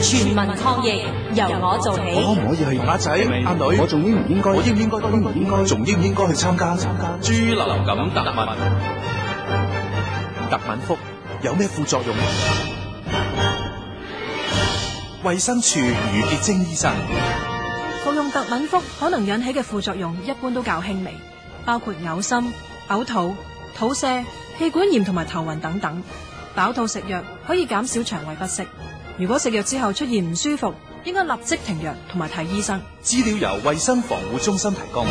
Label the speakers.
Speaker 1: 全民抗疫，由我做
Speaker 2: 我
Speaker 1: 起。
Speaker 2: 可唔可以去阿仔、阿女？我仲應唔應該？我應唔應該？應唔應該？仲應唔應該去參加？參加
Speaker 3: 猪流感特問，
Speaker 2: 特敏福有咩副作用？衛生署余潔晶醫生，
Speaker 4: 服用特敏福可能引起嘅副作用一般都較輕微，包括嘔心、嘔吐、肚瀉、氣管炎同埋頭暈等等。飽肚食藥可以減少腸胃不適。如果食藥之後出現唔舒服，應該立即停藥同埋睇醫生。
Speaker 2: 資料由衛生防護中心提供。